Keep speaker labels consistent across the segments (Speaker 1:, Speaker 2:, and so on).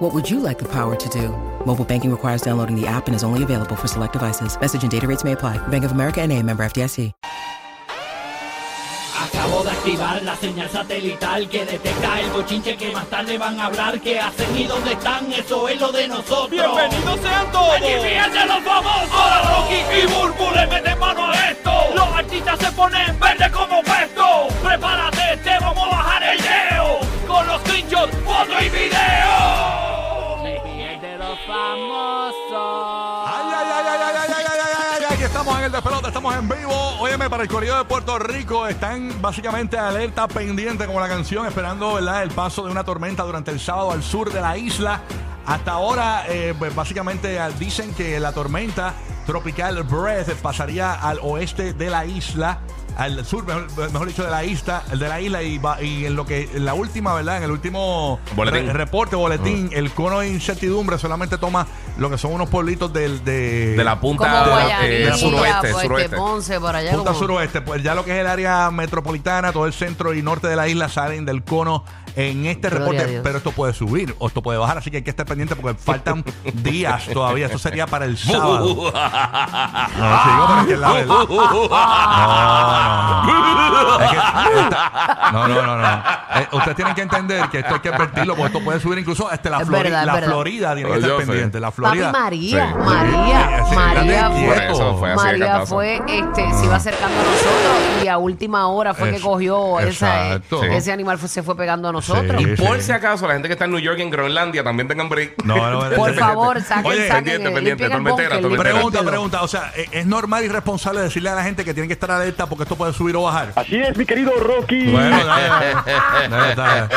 Speaker 1: What would you like the power to do? Mobile banking requires downloading the app and is only available for select devices. Message and data rates may apply. Bank of America and a member FDIC.
Speaker 2: Acabo de activar la señal satelital que detecta el bochinche que más tarde van a hablar. ¿Qué hacen y dónde están? Eso es lo de nosotros.
Speaker 3: ¡Bienvenidos sean todos!
Speaker 2: ¡Allí fíjense los famosos!
Speaker 3: Ahora Rocky y Burbu le meten mano a esto.
Speaker 2: Los artistas se ponen verde como puesto. Prepárate, te vamos a bajar el leo. Con los screenshots, foto y video. de los famosos.
Speaker 3: ¡Ay, ay, ay, ay, ay, ay, ay, ay, ay, ay! Aquí estamos en el despelote, estamos en vivo. Óyeme, para el Correo de Puerto Rico están básicamente alerta pendiente como la canción, esperando ¿verdad? el paso de una tormenta durante el sábado al sur de la isla. Hasta ahora, eh, pues, básicamente ah, dicen que la tormenta tropical Breath pasaría al oeste de la isla, al sur, mejor, mejor dicho, de la isla, de la isla y, va- y en lo que en la última, ¿verdad? En el último
Speaker 4: Boletín.
Speaker 3: re- reporte, boletín, el cono de incertidumbre solamente toma lo que son unos pueblitos del, de,
Speaker 4: de la punta
Speaker 5: como
Speaker 4: de la-
Speaker 5: Guayanilla,
Speaker 4: eh, del suroeste,
Speaker 5: pues,
Speaker 4: suroeste.
Speaker 5: de Ponce, por allá.
Speaker 3: Punta
Speaker 5: como-
Speaker 3: suroeste, pues ya lo que es el área metropolitana, todo el centro y norte de la isla salen del cono en este
Speaker 5: Gloria a
Speaker 3: reporte,
Speaker 5: Dios.
Speaker 3: pero esto puede subir o esto puede bajar, así que hay que estar pendiente porque faltan días todavía, esto sería para el sábado. No, sí, digo, pero es que la verdad- No, no, no. Es que esta- no, no, no, no. Eh, ustedes tienen que entender que esto hay que advertirlo porque esto puede subir incluso hasta la,
Speaker 5: Es
Speaker 3: Flori-
Speaker 5: verdad, es
Speaker 3: la
Speaker 5: verdad.
Speaker 3: Florida tiene que
Speaker 4: Pues Yo
Speaker 3: estar
Speaker 4: sé.
Speaker 3: pendiente, la
Speaker 5: Papi
Speaker 3: Florida.
Speaker 5: María,
Speaker 4: Sí.
Speaker 5: María,
Speaker 3: Sí,
Speaker 5: María
Speaker 3: sí,
Speaker 5: fue,
Speaker 4: Eso fue así de
Speaker 5: María
Speaker 4: cantazo.
Speaker 5: fue, este, se iba acercando a nosotros y a última hora fue que
Speaker 3: Es-
Speaker 5: cogió esa,
Speaker 3: exacto.
Speaker 5: ese animal fue- se fue pegando a nosotros.
Speaker 3: Sí.
Speaker 4: Y por si acaso, la gente que está en New York y en Groenlandia también tengan break.
Speaker 3: No, no, no,
Speaker 5: Por
Speaker 3: no,
Speaker 5: favor, saquen,
Speaker 3: Oye,
Speaker 5: saquen,
Speaker 4: pendiente,
Speaker 5: eh,
Speaker 4: pendiente,
Speaker 5: limpien el
Speaker 4: tormentera, tormentera.
Speaker 5: búnker, limpien el
Speaker 3: Pregunta,
Speaker 5: búnquer.
Speaker 3: pregunta. O sea, ¿e- ¿es normal y responsable decirle a la gente que tienen que estar alerta porque esto puede subir o bajar?
Speaker 6: Así es, mi querido Rocky.
Speaker 3: Bueno, dale, dale, dale, dale.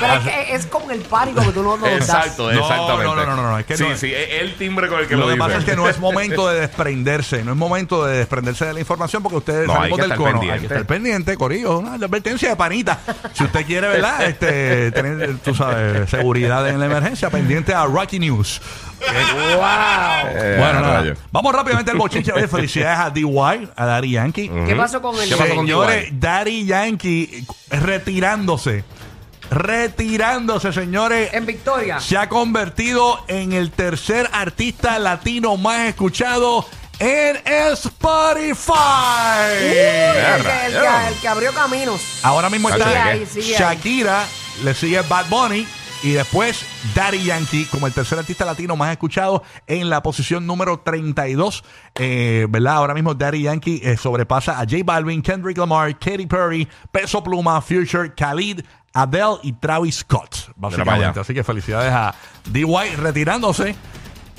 Speaker 5: Pero es, que es con el pánico que tú no nos das.
Speaker 4: Exacto,
Speaker 3: No,
Speaker 4: exactamente.
Speaker 3: no, no, no, no, es que
Speaker 4: sí,
Speaker 3: no es.
Speaker 4: sí, es el timbre con el que
Speaker 3: Lo
Speaker 4: lo,
Speaker 3: que pasa es
Speaker 4: dice.
Speaker 3: que no es momento de desprenderse, no es momento de desprenderse de la información porque ustedes
Speaker 4: No, hay
Speaker 3: salimos
Speaker 4: que
Speaker 3: del
Speaker 4: estar
Speaker 3: cono. Hay que
Speaker 4: pendiente.
Speaker 3: estar pendiente, Corillo. Una advertencia de panita. Si usted quiere, ¿verdad? Este, tener, tú sabes, seguridad en la emergencia, pendiente a Rocky News.
Speaker 4: Eh,
Speaker 3: bueno, nada.
Speaker 4: rayo.
Speaker 3: Vamos rápidamente al bochinche. Oye, felicidades a DY, a Daddy Yankee.
Speaker 5: ¿Qué pasó con el
Speaker 4: Mm. ¿Qué pasó con
Speaker 3: Señores,
Speaker 4: Señores,
Speaker 3: Daddy Yankee retirándose. Retirándose, señores.
Speaker 5: en Victoria?
Speaker 3: Se ha convertido en el tercer artista latino más escuchado en
Speaker 5: ¡Uh!
Speaker 3: Spotify.
Speaker 5: el, que, el que-
Speaker 4: Rayos.
Speaker 5: el que abrió caminos.
Speaker 3: Ahora mismo
Speaker 4: Sí,
Speaker 3: está
Speaker 5: ahí, sí, ahí.
Speaker 3: Shakira, le sigue Bad Bunny y después Daddy Yankee como el tercer artista latino más escuchado en la posición número 32. Eh, ¿Verdad? Ahora mismo Daddy Yankee eh, sobrepasa a J Balvin, Kendrick Lamar, Katy Perry, Peso Pluma, Future, Khalid. Adele y Travis Scott,
Speaker 4: para
Speaker 3: básicamente.
Speaker 4: allá.
Speaker 3: Así que felicidades a D.Y. retirándose.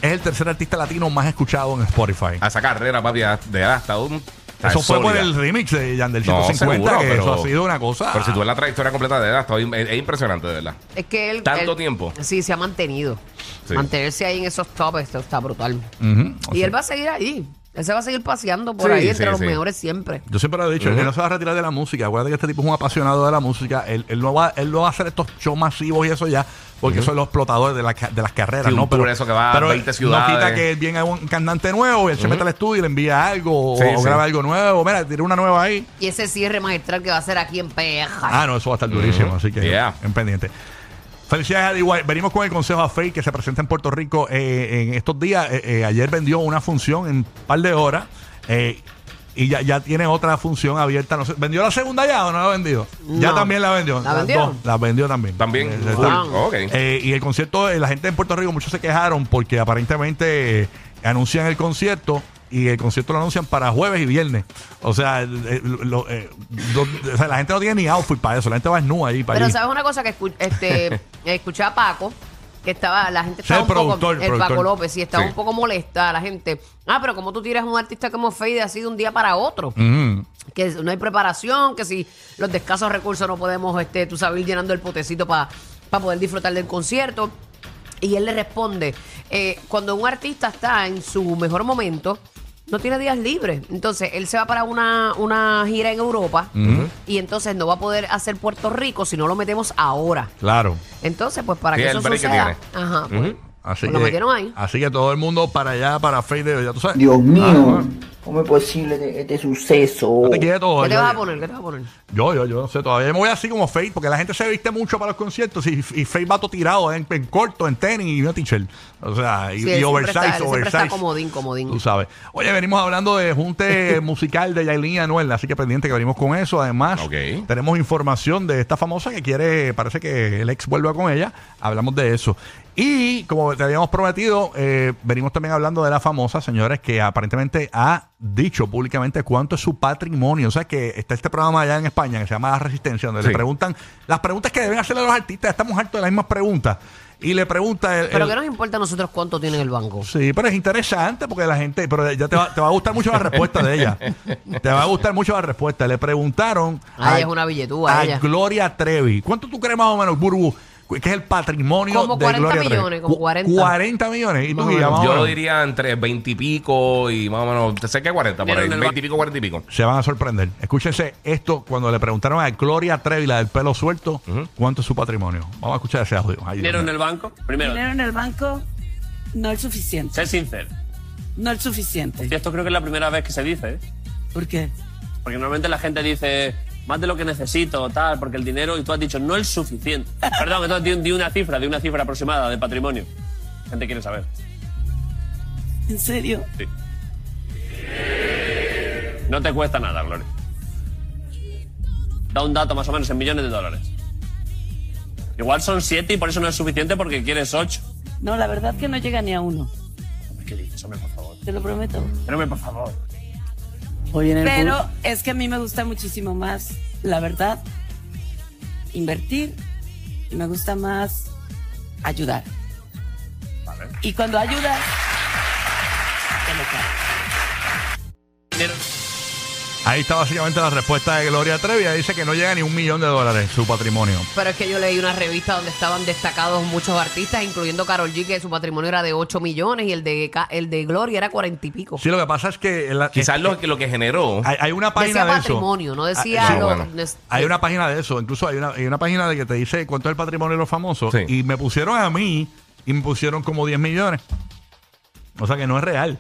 Speaker 3: Es el tercer artista latino más escuchado en Spotify.
Speaker 4: A esa carrera, papi, de hasta un. tan
Speaker 3: Eso fue por
Speaker 4: sólida.
Speaker 3: el remix de Yandel
Speaker 4: No,
Speaker 3: 150,
Speaker 4: seguro,
Speaker 3: que
Speaker 4: pero-
Speaker 3: eso ha sido una cosa.
Speaker 4: Pero si tú ves la trayectoria completa de edad, está bien- es, es impresionante, de verdad.
Speaker 5: Es que él.
Speaker 4: Tanto
Speaker 5: él-
Speaker 4: tiempo.
Speaker 5: Sí, se ha mantenido.
Speaker 4: Sí. Mm,
Speaker 5: Mantenerse ahí en esos tops esto está brutal.
Speaker 3: Ujú.
Speaker 5: Y él va a seguir ahí. Él se va a seguir paseando por
Speaker 4: Sí,
Speaker 5: ahí entre
Speaker 4: sí,
Speaker 5: los
Speaker 4: sí.
Speaker 5: mejores siempre.
Speaker 3: Yo siempre lo he dicho, él no se va a retirar de la música. Acuérdate que este tipo es un apasionado de la música. Él, él no, va, él no va a hacer estos shows masivos y eso ya, porque son los explotadores de, la ca- de las carreras.
Speaker 4: Sí, un
Speaker 3: ¿no?
Speaker 4: tour eso que va a 20 ciudades.
Speaker 3: No quita que él viene a un cantante nuevo y él se mete al estudio y le envía algo o-
Speaker 4: Sí,
Speaker 3: o,
Speaker 4: sí.
Speaker 3: graba algo nuevo. Mira, tiré una nueva ahí.
Speaker 5: Y ese cierre magistral que va a hacer aquí en E Peja.
Speaker 3: Ah, no, eso va a estar durísimo. Así que
Speaker 4: Yeah.
Speaker 3: en pendiente. Felicidades a D.Y. Venimos con el consejo a Faye que se presenta en Puerto Rico eh, en estos días. Eh, eh, ayer vendió una función en un par de horas eh, y ya, ya tiene otra función abierta. No sé, ¿Vendió la segunda ya o no la ha vendido? Ya
Speaker 5: No.
Speaker 3: también la vendió.
Speaker 5: ¿La
Speaker 3: Las
Speaker 5: vendieron?
Speaker 3: dos, La vendió también.
Speaker 4: También.
Speaker 3: Eh,
Speaker 4: full.
Speaker 3: está-
Speaker 4: Ok.
Speaker 3: eh, y el concierto, eh, la gente en Puerto Rico, muchos se quejaron porque aparentemente eh, anuncian el concierto y el concierto lo anuncian para jueves y viernes. O sea, el- el- lo- eh, do- o sea, la gente no tiene ni outfit para eso, la gente va desnuda ahí para
Speaker 5: Pero
Speaker 3: allí.
Speaker 5: sabes una cosa que escu- este, escuché a Paco, que estaba, la gente
Speaker 3: Sí,
Speaker 5: estaba
Speaker 3: el
Speaker 5: un poco-
Speaker 3: productor,
Speaker 5: el
Speaker 3: productor.
Speaker 5: Paco López, pues sí, estaba
Speaker 4: Sí.
Speaker 5: un poco molesta la gente. Ah, pero como tú tiras a un artista como Fade así de un día para otro,
Speaker 3: Mm.
Speaker 5: que no hay preparación, que si los de escasos recursos no podemos, este, tú sabes, ir llenando el potecito para poder disfrutar del concierto. Y él le responde, eh, cuando un artista está en su mejor momento, no tiene días libres. Entonces, él se va para una, una gira en Europa y entonces no va a poder hacer Puerto Rico si no lo metemos ahora.
Speaker 3: Claro.
Speaker 5: Entonces, pues para
Speaker 4: Sí,
Speaker 5: que
Speaker 4: el
Speaker 5: eso
Speaker 4: break que
Speaker 5: suceda.
Speaker 4: tiene.
Speaker 5: Ajá, pues,
Speaker 3: Así
Speaker 5: Pues lo
Speaker 3: que,
Speaker 5: metieron ahí.
Speaker 3: así que todo el mundo para allá, para Facebook, ya tú sabes.
Speaker 6: Dios mío,
Speaker 3: Ah,
Speaker 6: ¿cómo es posible este, este suceso?
Speaker 3: no te quieto,
Speaker 5: ¿Qué te
Speaker 3: yo-
Speaker 5: vas a poner? ¿Qué te vas a poner?
Speaker 3: Yo, yo, yo no sé, todavía me voy así como Fade, porque la gente se viste mucho para los conciertos y, y Fade va todo tirado en, en corto, en tenis y una t-shirt. O sea, y,
Speaker 5: Sí, él
Speaker 3: y
Speaker 5: siempre
Speaker 3: oversize,
Speaker 5: está- él siempre
Speaker 3: oversize.
Speaker 5: está comodín, comodín.
Speaker 3: Tú sabes. Oye, venimos hablando de junte musical de Yailin y Anuel, así que pendiente que venimos con eso. Además,
Speaker 4: Ok.
Speaker 3: tenemos información de esta famosa que quiere, parece que el ex vuelva con ella. Hablamos de eso. Y como te habíamos prometido, eh, venimos también hablando de la famosa, señores, que aparentemente ha dicho públicamente cuánto es su patrimonio. O sea, que está este programa allá en España que se llama La Resistencia, donde le
Speaker 4: Sí.
Speaker 3: preguntan las preguntas que deben hacerle a los artistas. Estamos hartos de las mismas preguntas. Y le pregunta. el-
Speaker 5: Pero
Speaker 3: el-
Speaker 5: ¿qué nos importa a nosotros cuánto tiene en el banco?
Speaker 3: Sí, pero es interesante porque la gente, pero ya te va, te va a gustar mucho la respuesta de ella. Te va a gustar mucho la respuesta. Le preguntaron
Speaker 5: Ah, ella es una billetúa,
Speaker 3: a
Speaker 5: ella.
Speaker 3: Gloria Trevi. ¿Cuánto tú crees más o menos, Burbu? Que es el patrimonio
Speaker 5: Como
Speaker 3: de
Speaker 5: 40
Speaker 3: Gloria Trevi?
Speaker 5: millones, como
Speaker 3: Cu-
Speaker 5: 40.
Speaker 3: 40 millones. ¿Y tú, Guilla, más o
Speaker 4: Yo
Speaker 3: menos?
Speaker 4: diría entre 20 y pico y más o menos, sé que 40 por
Speaker 5: Mira,
Speaker 4: ahí,
Speaker 5: en el
Speaker 4: 20 y pico, 40 y pico.
Speaker 3: Se van a sorprender. Escúchense esto cuando le preguntaron a Gloria Trevi, la del pelo suelto, cuánto es su patrimonio. Vamos a escuchar ese audio. Ay, Dios
Speaker 7: dinero en
Speaker 3: mío.
Speaker 7: el banco? Primero,
Speaker 8: dinero en el banco no es suficiente.
Speaker 7: ser sincero.
Speaker 8: No es suficiente.
Speaker 7: Y esto creo que es la primera vez que se dice, ¿eh?
Speaker 8: ¿Por qué?
Speaker 7: porque normalmente la gente dice más de lo que necesito, tal, porque el dinero, y tú has dicho no es suficiente. Perdón, entonces di, di una cifra, di una cifra aproximada de patrimonio. La gente quiere saber.
Speaker 8: ¿En serio?
Speaker 7: No te cuesta nada, Gloria. Da un dato más o menos en millones de dólares. Igual son siete y por eso no es suficiente porque quieres ocho.
Speaker 8: No, la verdad que no llega ni a uno.
Speaker 7: ¿Qué dices, hombre, por favor?
Speaker 8: Te lo prometo.
Speaker 7: Espérame, por favor.
Speaker 8: Pero es que a mí me gusta muchísimo más, la verdad, invertir y me gusta más ayudar. Y cuando ayudas, te lo pago.
Speaker 7: Dinero-
Speaker 3: Ahí está básicamente la respuesta de Gloria Trevi. Ella dice que no llega ni un millón de dólares su patrimonio.
Speaker 5: Pero es que yo leí una revista donde estaban destacados muchos artistas, incluyendo Carol G, que su patrimonio era de 8 millones y el de, Ca- el de Gloria era 40 y pico.
Speaker 3: Sí, lo que pasa es que la-
Speaker 4: Quizás lo, que- lo que generó.
Speaker 3: Hay, hay una página
Speaker 5: decía
Speaker 3: de eso.
Speaker 5: patrimonio, no decía
Speaker 3: Ah, sí,
Speaker 5: lo-
Speaker 4: bueno.
Speaker 5: no es-
Speaker 3: Hay una página de eso. Incluso hay una, hay una página de que te dice cuánto es el patrimonio de los famosos.
Speaker 4: Sí.
Speaker 3: Y me pusieron a mí y me pusieron como 10 millones. O sea que no es real.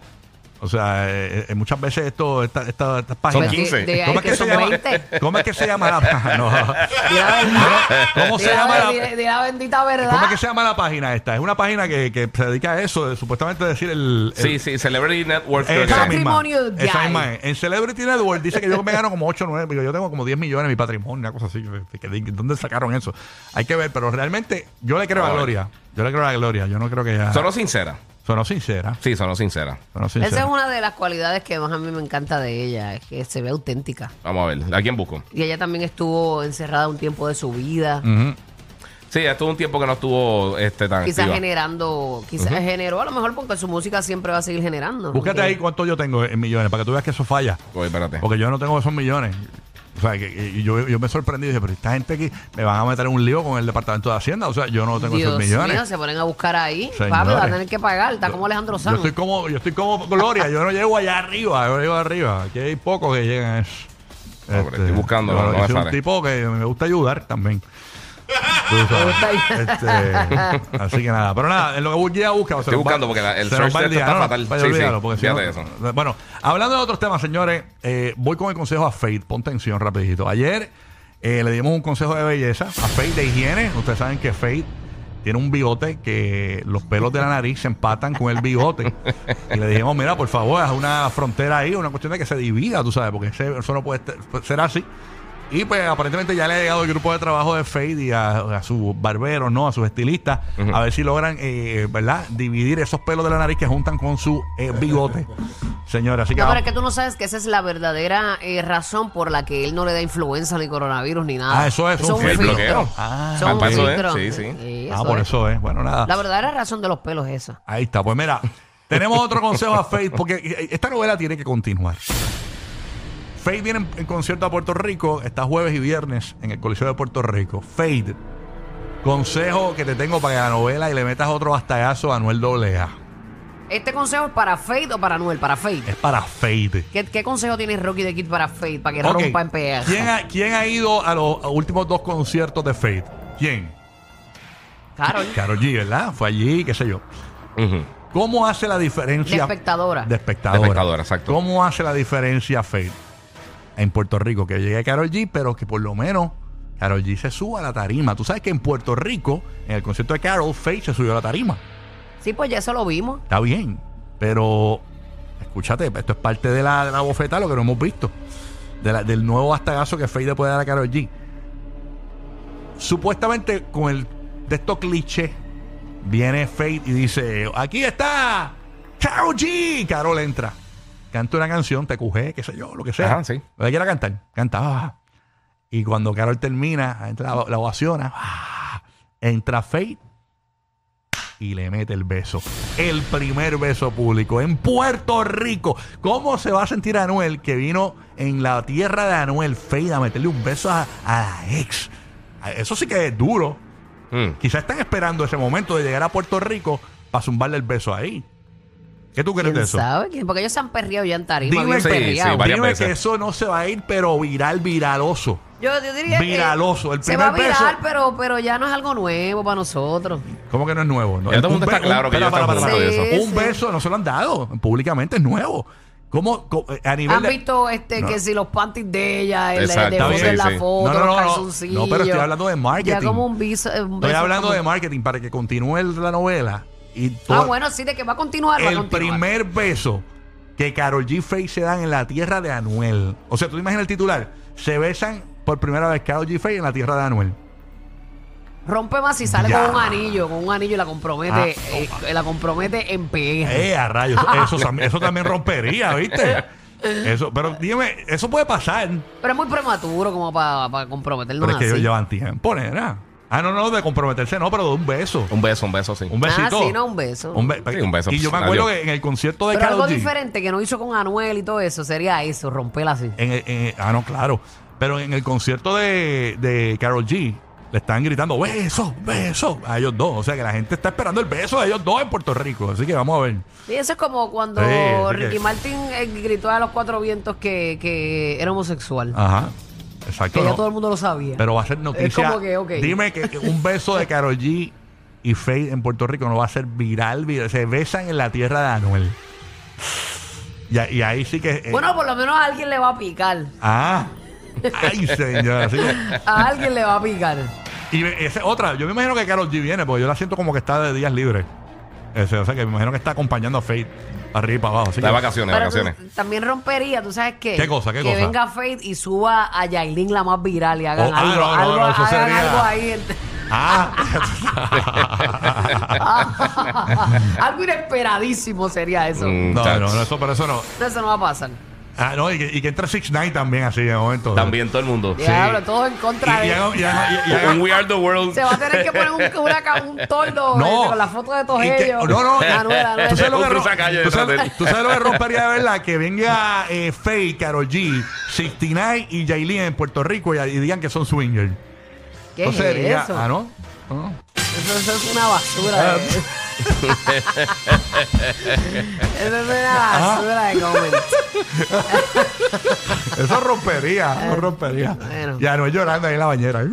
Speaker 3: O sea, eh, eh, muchas veces esto, esta, esta- estas páginas.
Speaker 4: 15.
Speaker 5: De, de-
Speaker 3: ¿Cómo es
Speaker 5: que
Speaker 3: que, se
Speaker 5: son
Speaker 3: llama?
Speaker 5: 20.
Speaker 3: ¿Cómo es que se llama la página?
Speaker 5: Di la verdad.
Speaker 3: ¿Cómo se
Speaker 5: Di la
Speaker 3: llama
Speaker 5: ver-
Speaker 3: la
Speaker 5: di- di la bendita verdad.
Speaker 3: ¿Cómo es que se llama la página esta? Es una página que, que se dedica a eso, de supuestamente decir el, el-
Speaker 4: Sí, sí, Celebrity Network. creo que
Speaker 3: Esa
Speaker 4: era.
Speaker 3: misma,
Speaker 5: Patrimonio
Speaker 3: esa
Speaker 5: Guy.
Speaker 3: misma es. En Celebrity Network dice que yo me gano como 8 o 9. Yo tengo como 10 millones en mi patrimonio, una cosa así. que- que- que- ¿Dónde sacaron eso? Hay que ver, pero realmente yo le creo a
Speaker 4: Ahora.
Speaker 3: Gloria. Yo le creo a Gloria. Yo no creo que ella.
Speaker 4: Sonó sincera.
Speaker 3: Sonó sincera.
Speaker 4: Sí, sonó sincera.
Speaker 3: Sonó
Speaker 5: Esa es
Speaker 3: sincera.
Speaker 5: una de las cualidades que más a mí me encanta de ella, es que se ve auténtica.
Speaker 4: Vamos a ver, ¿a quién busco?
Speaker 5: Y ella también estuvo encerrada un tiempo de su vida,
Speaker 3: Ujú.
Speaker 4: Sí, ya estuvo un tiempo que no estuvo este, tan
Speaker 5: quizás
Speaker 4: activa.
Speaker 5: generando, quizás generó, a lo mejor porque su música siempre va a seguir generando.
Speaker 3: Búscate ahí
Speaker 5: ¿entiendes?
Speaker 3: cuánto yo tengo en millones para que tú veas que eso falla.
Speaker 4: Oye, espérate.
Speaker 3: Porque yo no tengo esos millones. O sea, que, que yo, yo me sorprendí y dije, pero esta gente aquí me van a meter en un lío con el departamento de Hacienda. O sea, yo no tengo esos
Speaker 5: Dios
Speaker 3: millones.
Speaker 5: mío, se ponen a buscar ahí.
Speaker 3: Señores.
Speaker 5: Papi, va a tener que pagar. Está como Alejandro
Speaker 3: Yo
Speaker 5: Sanz.
Speaker 3: estoy como, yo estoy como Gloria, yo no llego allá arriba, yo no llego arriba. Aquí hay pocos que llegan a eso. Este,
Speaker 4: No, pero estoy buscando,
Speaker 3: yo
Speaker 4: no, no me
Speaker 3: soy un
Speaker 4: sale.
Speaker 3: tipo que me gusta ayudar también. Tú sabes, este, así que nada, pero nada, en lo que Burguía busca. se
Speaker 4: Estoy
Speaker 3: nos va-
Speaker 4: buscando porque la- el
Speaker 3: se nos
Speaker 4: search
Speaker 3: va
Speaker 4: de esto
Speaker 3: día.
Speaker 4: está
Speaker 3: No, no,
Speaker 4: fatal.
Speaker 3: vaya,
Speaker 4: Sí, sí,
Speaker 3: olvídalo, porque si
Speaker 4: fíjate
Speaker 3: no-
Speaker 4: eso.
Speaker 3: bueno, hablando de otros temas, señores, eh, voy con el consejo a Faith. Pon tensión rapidito. Ayer eh, le dimos un consejo de belleza a Faith de higiene. Ustedes saben que Faith tiene un bigote que los pelos de la nariz se empatan con el bigote. y le dijimos, mira, por favor, haz una frontera ahí, una cuestión de que se divida, tú sabes, porque ese- eso no puede ter- ser así. Y pues aparentemente ya le ha llegado el grupo de trabajo de Fade y a, a sus barberos, ¿no? A sus estilistas, a ver si logran, eh, ¿verdad? Dividir esos pelos de la nariz que juntan con su eh, bigote. Señora, así que...
Speaker 5: No, pero
Speaker 3: vamos-
Speaker 5: es que tú no sabes que esa es la verdadera eh, razón por la que él no le da influenza ni coronavirus ni nada.
Speaker 3: Ah, eso es un-
Speaker 4: el
Speaker 5: filtro.
Speaker 4: bloqueo.
Speaker 3: Ah.
Speaker 5: Eso es un
Speaker 4: Ah, eso es,
Speaker 5: filtro.
Speaker 4: sí, sí.
Speaker 5: Sí,
Speaker 3: ah, por
Speaker 5: es.
Speaker 3: eso es. Bueno, nada.
Speaker 5: La verdadera razón de los pelos es esa.
Speaker 3: Ahí está. Pues mira, tenemos otro consejo a Faith, porque esta novela tiene que continuar. Faith viene en, en concierto a Puerto Rico, está jueves y viernes en el Coliseo de Puerto Rico. Faith, consejo que te tengo para que la novela y le metas otro bastallazo a Anuel AA.
Speaker 5: Este consejo es para Fade o para Noel, para Fade.
Speaker 3: Es para Fade.
Speaker 5: ¿Qué, qué consejo tiene Rocky de Kid para Fade para que
Speaker 3: Ok.
Speaker 5: rompa en PR?
Speaker 3: ¿Quién ha, quién ha ido a los últimos dos conciertos de Fade? ¿Quién?
Speaker 5: Carol,
Speaker 3: Carol G, ¿verdad? Fue allí, qué sé yo.
Speaker 4: Ujú.
Speaker 3: ¿Cómo hace la diferencia?
Speaker 5: De espectadora.
Speaker 3: De espectadora.
Speaker 4: De espectadora, exacto.
Speaker 3: ¿Cómo hace la diferencia Fade en Puerto Rico? Que llegue Carol G, pero que por lo menos Carol G se suba a la tarima. Tú sabes que en Puerto Rico, en el concierto de Carol, Fade se subió a la tarima.
Speaker 5: Sí, pues ya eso lo vimos.
Speaker 3: Está bien, pero escúchate, esto es parte de la, de la bofeta, lo que no hemos visto. de la- del nuevo bastagazo que Fade le puede dar a Karol G. Supuestamente con el de estos clichés viene Fade y dice, aquí está Karol G. Karol entra. Canta una canción, te cujé, qué sé yo, lo que sea.
Speaker 4: Ajá, sí.
Speaker 3: Lo que quiera cantar, canta. ah. Y cuando Karol termina, entra, la, la ovaciona, ah, entra Fade y le mete el beso. El primer beso público en Puerto Rico. ¿Cómo se va a sentir Anuel que vino en la tierra de Anuel Fade a meterle un beso a, a la ex? A- Eso sí que es duro.
Speaker 4: Mm.
Speaker 3: Quizás están esperando ese momento de llegar a Puerto Rico para zumbarle el beso ahí. ¿Qué tú crees de
Speaker 5: ¿Quién
Speaker 3: eso?
Speaker 5: sabe? ¿Quién? Porque ellos se han perreado ya en tarima,
Speaker 3: Dime
Speaker 5: bien
Speaker 4: que-
Speaker 5: perreados.
Speaker 4: sí, varias
Speaker 3: Dime
Speaker 4: veces.
Speaker 3: que eso no se va a ir, pero viral, viraloso.
Speaker 5: Yo, yo diría que
Speaker 3: Viraloso, el
Speaker 5: se va a
Speaker 3: primer
Speaker 5: viral,
Speaker 3: beso.
Speaker 5: pero, pero ya no es algo nuevo para nosotros.
Speaker 3: ¿Cómo que no es nuevo? No,
Speaker 4: Ya todo el mundo
Speaker 3: un
Speaker 4: está
Speaker 3: be-
Speaker 4: claro que
Speaker 3: espera,
Speaker 4: ellos
Speaker 3: para,
Speaker 4: están
Speaker 3: para,
Speaker 5: jugando
Speaker 3: para.
Speaker 5: de eso.
Speaker 3: Un
Speaker 5: Sí, sí.
Speaker 3: beso no se lo han dado. Públicamente es nuevo. ¿Cómo? co- eh, a nivel
Speaker 5: Han
Speaker 3: de-
Speaker 5: visto este
Speaker 3: No.
Speaker 5: que si los panties de ella, el,
Speaker 4: Exacto,
Speaker 5: de foto
Speaker 4: sí,
Speaker 5: en la
Speaker 4: sí.
Speaker 5: foto,
Speaker 3: No, no,
Speaker 5: los
Speaker 3: no, no.
Speaker 5: calzoncillos.
Speaker 3: No, pero estoy hablando de
Speaker 5: Ya
Speaker 3: marketing.
Speaker 5: como un beso. un
Speaker 3: Estoy
Speaker 5: beso
Speaker 3: hablando
Speaker 5: como-
Speaker 3: de marketing para que continúe la novela. Y
Speaker 5: Ah,
Speaker 3: toda-
Speaker 5: bueno, sí, de que va a continuar, va a
Speaker 3: el
Speaker 5: continuar.
Speaker 3: primer beso que Carol G. Faye se dan en la tierra de Anuel. O sea, tú te imaginas el titular. Se besan por primera vez Carol G. Faye en la tierra de Anuel.
Speaker 5: Rompe más y sale
Speaker 3: Ya. Ah,
Speaker 5: con un anillo, con un anillo y la compromete, eh, la compromete en PR.
Speaker 3: ¡Eh, a rayos! Eso, tam- eso también rompería, ¿viste? Eso, pero dime, eso puede pasar.
Speaker 5: Pero es muy prematuro como para comprometernos
Speaker 3: Pero es que ellos
Speaker 5: así.
Speaker 3: llevan tiempo, nena. Ah, no, no, de comprometerse, no, pero de un beso.
Speaker 4: Un beso, un beso, sí.
Speaker 3: Un besito.
Speaker 5: Ah, sí, no, un beso.
Speaker 3: Un be-
Speaker 4: Sí, un beso,
Speaker 3: Y yo me
Speaker 4: pues,
Speaker 3: acuerdo
Speaker 4: adiós.
Speaker 3: que en el concierto de
Speaker 5: Pero
Speaker 3: Karol
Speaker 5: algo
Speaker 3: G.
Speaker 5: diferente que no hizo con Anuel y todo eso sería eso, romperla así.
Speaker 3: En el- en el- ah, no, claro. Pero en el concierto de, de Carol G, le están gritando beso, beso a ellos dos. O sea que la gente está esperando el beso de ellos dos en Puerto Rico. Así que vamos a ver.
Speaker 5: Y eso es como cuando
Speaker 3: Sí, así
Speaker 5: Ricky
Speaker 3: que-
Speaker 5: Martin eh, gritó a los cuatro vientos que, que era homosexual.
Speaker 3: Ajá.
Speaker 5: que
Speaker 3: Exacto.
Speaker 5: ya
Speaker 3: no.
Speaker 5: todo el mundo lo sabía.
Speaker 3: Ah, Pero va a ser noticia.
Speaker 5: como que, ok.
Speaker 3: Dime que que un beso de Carol G y Faye en Puerto Rico no va a ser viral, viral. Se besan en la tierra de Anuel. Y, a- y ahí sí que. eh,
Speaker 5: bueno, por lo menos a alguien le va a picar.
Speaker 3: Ah. Ay, señor. Así que-
Speaker 5: A alguien le va a picar.
Speaker 3: Y me- esa es otra, yo me imagino que Carol G viene, porque yo la siento como que está de días libres. Ese, o sea, que me imagino que está acompañando a Faith arriba y para abajo. Así
Speaker 4: Está de
Speaker 3: que-
Speaker 4: vacaciones,
Speaker 5: Pero
Speaker 4: vacaciones.
Speaker 5: tú- también rompería, ¿tú sabes qué?
Speaker 3: ¿Qué cosa, qué
Speaker 5: que
Speaker 3: cosa?
Speaker 5: venga Faith y suba a Yailin la más viral y hagan
Speaker 3: Oh, ah,
Speaker 5: algo,
Speaker 3: no, no,
Speaker 5: algo,
Speaker 3: no, eso
Speaker 5: hagan
Speaker 3: sería-
Speaker 5: algo ahí.
Speaker 3: Ah.
Speaker 5: algo inesperadísimo sería eso.
Speaker 4: Mm.
Speaker 3: no, no, no, eso, pero eso no.
Speaker 5: Entonces Eso no va a pasar.
Speaker 3: Ah, no, y que, y que entre Six Nine también así de momento.
Speaker 4: También todo el mundo.
Speaker 5: Diablo, todo en contra
Speaker 3: Y- y
Speaker 5: de...
Speaker 3: haga- y haga- y- y haga-
Speaker 4: Un We Are the World.
Speaker 5: Se va a tener que poner un, una ca- un tordo
Speaker 3: No.
Speaker 5: este, con la foto de todos
Speaker 3: Y que-
Speaker 5: ellos.
Speaker 3: no, no, y-
Speaker 5: Manuel, Manuel.
Speaker 3: ¿Tú sabes lo que,
Speaker 4: Un
Speaker 3: ro-
Speaker 4: cruzacalle
Speaker 3: tú sabes-
Speaker 4: detrás de él.
Speaker 3: tú sabes lo que rompería de verdad? Que venga eh, Faye, Carol G, 69 y Jailin en Puerto Rico y, y digan que son swingers.
Speaker 5: ¿Qué
Speaker 3: Eso sería-
Speaker 5: es eso?
Speaker 3: Ah, ¿no? Ah. No.
Speaker 5: eso? eso es una basura. eh. de- eso es una
Speaker 3: Ah.
Speaker 5: basura de comments.
Speaker 3: Eso rompería, eso rompería.
Speaker 5: Bueno.
Speaker 3: Y Anuel llorando ahí en la bañera.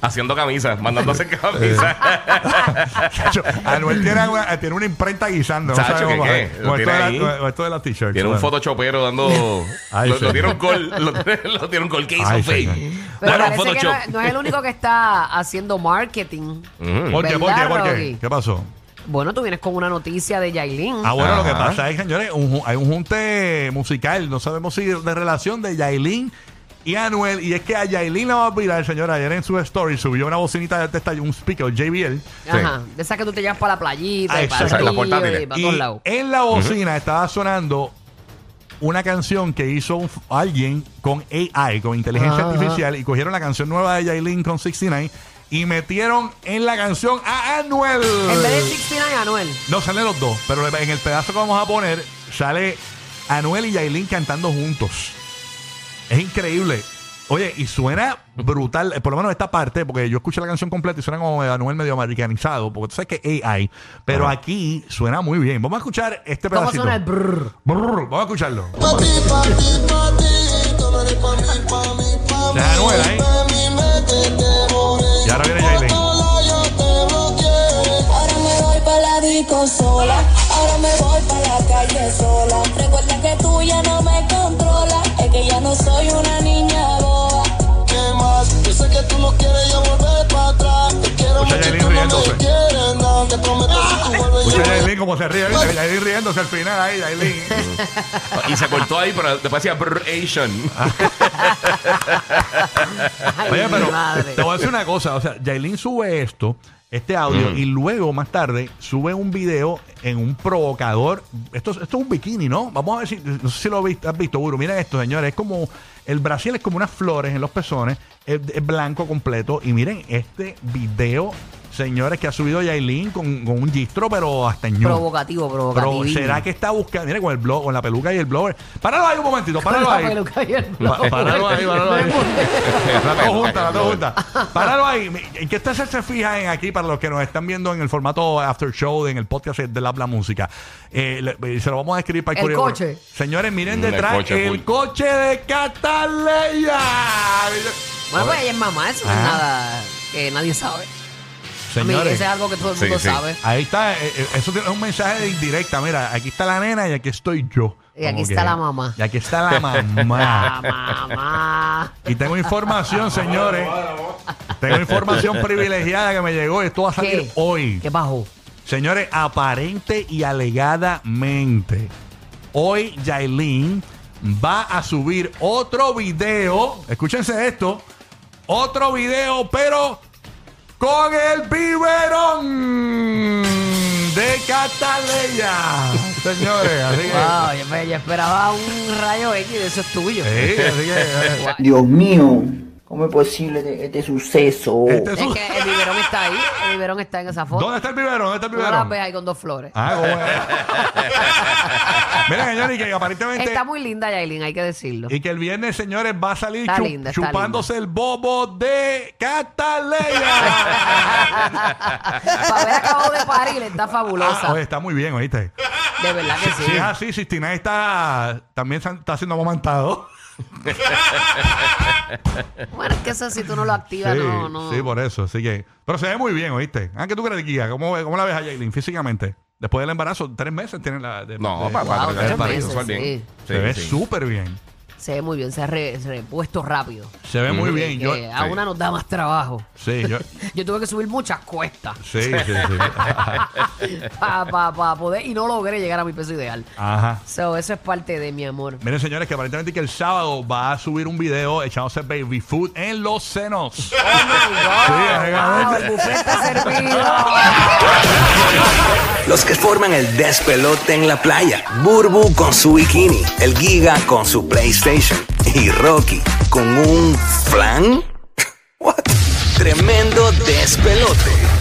Speaker 4: Haciendo camisas, mandando a hacer
Speaker 3: Ah,
Speaker 4: camisas.
Speaker 3: Chacho, Anuel tiene una, tiene una imprenta guisando.
Speaker 4: Chacho,
Speaker 3: no sabemos
Speaker 4: ¿qué,
Speaker 3: para-
Speaker 4: qué?
Speaker 3: Con esto,
Speaker 4: Lo
Speaker 3: de
Speaker 4: tiene
Speaker 3: la-
Speaker 4: ahí.
Speaker 3: con esto de las t-shirts.
Speaker 4: Tiene un
Speaker 3: bueno.
Speaker 4: photoshopero dando.
Speaker 3: Ay,
Speaker 4: lo,
Speaker 3: señor.
Speaker 4: lo tiene un gol. Lo, tiene- lo tiene un gol. ¿Qué hizo
Speaker 3: Ay, señor.
Speaker 4: Faye?
Speaker 5: Pero
Speaker 4: Bueno, un
Speaker 5: parece que
Speaker 4: Photoshop.
Speaker 5: no, es- no es el único que está haciendo marketing.
Speaker 4: Mm.
Speaker 3: ¿Por qué? ¿Por qué?
Speaker 5: ¿Verdad,
Speaker 3: ¿Por qué?
Speaker 5: Rocky?
Speaker 3: ¿Qué pasó?
Speaker 5: Bueno, tú vienes con una noticia de Yailin.
Speaker 3: Ah, bueno, lo que
Speaker 4: Ajá.
Speaker 3: pasa es, señores, un ju- hay un junte musical, no sabemos si de relación de Yailin y Anuel. Y es que a Yailin la va a virar, señora. Ayer en su story subió una bocinita de esta, un speaker, JBL.
Speaker 5: Ajá. De esas que tú te llevas para la playita
Speaker 3: Ah,
Speaker 5: y para el
Speaker 3: exacto.
Speaker 5: río
Speaker 4: Las portátiles.
Speaker 5: y para
Speaker 3: Y
Speaker 5: todos lados.
Speaker 3: en la bocina estaba sonando una canción que hizo un- alguien con AI, con inteligencia
Speaker 5: Ajá.
Speaker 3: artificial, y cogieron la canción nueva de Yailin con 69 y metieron en la canción a Anuel.
Speaker 5: En vez de 69, Anuel.
Speaker 3: No, salen los dos, pero en el pedazo que vamos a poner sale Anuel y Yailin cantando juntos. Es increíble. Oye, y suena brutal, eh, por lo menos esta parte, porque yo escuché la canción completa y suena como eh, Anuel medio americanizado, porque tú sabes que AI, pero aquí suena muy bien. Vamos a escuchar este
Speaker 5: ¿Cómo
Speaker 3: pedacito.
Speaker 5: suena el brrr?
Speaker 3: Brrr, vamos a escucharlo. Deja Anuel ahí. Y ahora viene Yailin.
Speaker 9: Ahora me voy para la disco sola, ahora me voy para la calle sola. Recuerda que tú ya no me controlas, es que ya no soy una niña boba. ¿Qué más? Yo sé que tú no quieres ya volver para atrás. Te quiero
Speaker 3: Escucha a Yailin riéndose.
Speaker 9: quieren, no, te prometo si tú vuelves
Speaker 3: Escucha a Yailin como se ríe, ¿viste? Yailin riéndose al final ahí, Yailin.
Speaker 4: Y se cortó ahí, pero después decía brr, Asian.
Speaker 5: Ay,
Speaker 3: Oye,
Speaker 5: mi
Speaker 3: pero
Speaker 5: madre.
Speaker 3: te voy a decir una cosa. O sea, Yailin sube esto, este audio, y luego más tarde sube un video en un provocador. Esto, es- esto es un bikini, ¿no? Vamos a ver si, no sé si lo vi- has visto, Buru. Miren esto, señores. Es como, el Brasil es como unas flores en los pezones, es, es blanco completo. Y miren este video, señores, que ha subido Yailin con, con un gistro, pero hasta en ñu.
Speaker 5: Provocativo, provocativo.
Speaker 3: Pero, ¿será que está buscando? Mira, con el blog, con la peluca y el blower. Páralo ahí un momentito, páralo ahí. Pa- páralo ahí, páralo ahí. Las dos juntas, las dos juntas. Páralo ahí. ¿En qué ustedes se fijan aquí para los que nos están viendo en el formato after show, en el podcast de la, la música? Eh, le- eh, se lo vamos a describir para
Speaker 5: El
Speaker 3: curioso.
Speaker 5: coche.
Speaker 3: Señores, miren
Speaker 4: Mm, el
Speaker 3: detrás el coche,
Speaker 4: coche full.
Speaker 3: de Cataleya.
Speaker 5: Bueno, pues ella es mamá, eso no es
Speaker 3: Ajá.
Speaker 5: nada que nadie sabe. A mí,
Speaker 3: Ah. Señores.
Speaker 5: eso es algo que todo el
Speaker 4: Sí,
Speaker 5: mundo
Speaker 4: sí.
Speaker 5: sabe.
Speaker 3: Ahí está, eh, eh, eso tiene un mensaje de indirecta. Mira, aquí está la nena y aquí estoy yo.
Speaker 5: Y aquí
Speaker 3: Como
Speaker 5: está la mamá.
Speaker 3: Y aquí está la mamá.
Speaker 5: La Ah, mamá.
Speaker 3: Y tengo información, señores. Tengo información privilegiada que me llegó. Esto va a salir
Speaker 5: ¿Qué?
Speaker 3: hoy.
Speaker 5: ¿Qué bajó?
Speaker 3: Señores, aparente y alegadamente, hoy Yailin va a subir otro video. Escúchense esto. Otro video, pero con el biberón de Cataleya. Señores, así que...
Speaker 5: Wow, yo, me- yo esperaba un rayo X, de eso es tuyo.
Speaker 3: Sí, así que, eh,
Speaker 6: Dios mío, ¿cómo es posible de- este suceso?
Speaker 3: este es
Speaker 5: Es
Speaker 3: un-
Speaker 5: que el biberón está ahí, el biberón está en esa foto.
Speaker 3: ¿Dónde está el biberón? ¿Dónde está el
Speaker 5: Tú no la
Speaker 3: biberón?
Speaker 5: ves ahí con dos flores.
Speaker 3: Ah, bueno. Mira, señores, y que aparentemente.
Speaker 5: Está muy linda Yailin, hay que decirlo.
Speaker 3: Y que el viernes, señores, va a salir
Speaker 5: Está
Speaker 3: chu-
Speaker 5: linda, está
Speaker 3: chupándose el bobo de Cataleya.
Speaker 5: Para haber acabado de parir, está fabulosa.
Speaker 3: Ah, oye, está muy bien, oíste.
Speaker 5: de verdad que sí.
Speaker 3: Si es así, Sistina está también se- está siendo amamantado.
Speaker 5: Bueno, es que eso si tú no lo activas, no, no.
Speaker 3: sí, por eso. Así que, pero se ve muy bien, oíste. Ah, ¿qué tú crees, Kia? ¿Cómo, ¿Cómo la ves a Jaylin físicamente? Después del embarazo, tres meses tiene la. de-
Speaker 4: No,
Speaker 3: de-
Speaker 4: para,
Speaker 5: Wow,
Speaker 4: para
Speaker 5: tres
Speaker 4: tratar el
Speaker 5: meses,
Speaker 4: parido, sexual
Speaker 5: sí.
Speaker 4: bien.
Speaker 3: Se
Speaker 4: Sí,
Speaker 3: ve
Speaker 4: sí.
Speaker 3: súper bien.
Speaker 5: Se ve muy bien, se ha re- se ha repuesto rápido.
Speaker 3: Se ve muy bien.
Speaker 5: Que ah.
Speaker 3: Yo,
Speaker 5: a una nos da más trabajo.
Speaker 3: sí, yo,
Speaker 5: Yo tuve que subir muchas cuestas
Speaker 3: sí, sí, sí.
Speaker 5: para poder y no logré llegar a mi peso ideal.
Speaker 3: Ajá.
Speaker 5: So, eso es parte de mi amor.
Speaker 3: Miren, señores, que aparentemente que el sábado va a subir un video echándose baby food en los senos.
Speaker 5: Oh my God.
Speaker 3: regalé.
Speaker 5: Wow, el buffet está servido.
Speaker 10: Los que forman el despelote en la playa. Burbu con su bikini. El Giga con su PlayStation. Y Rocky con un flan. What? Tremendo despelote.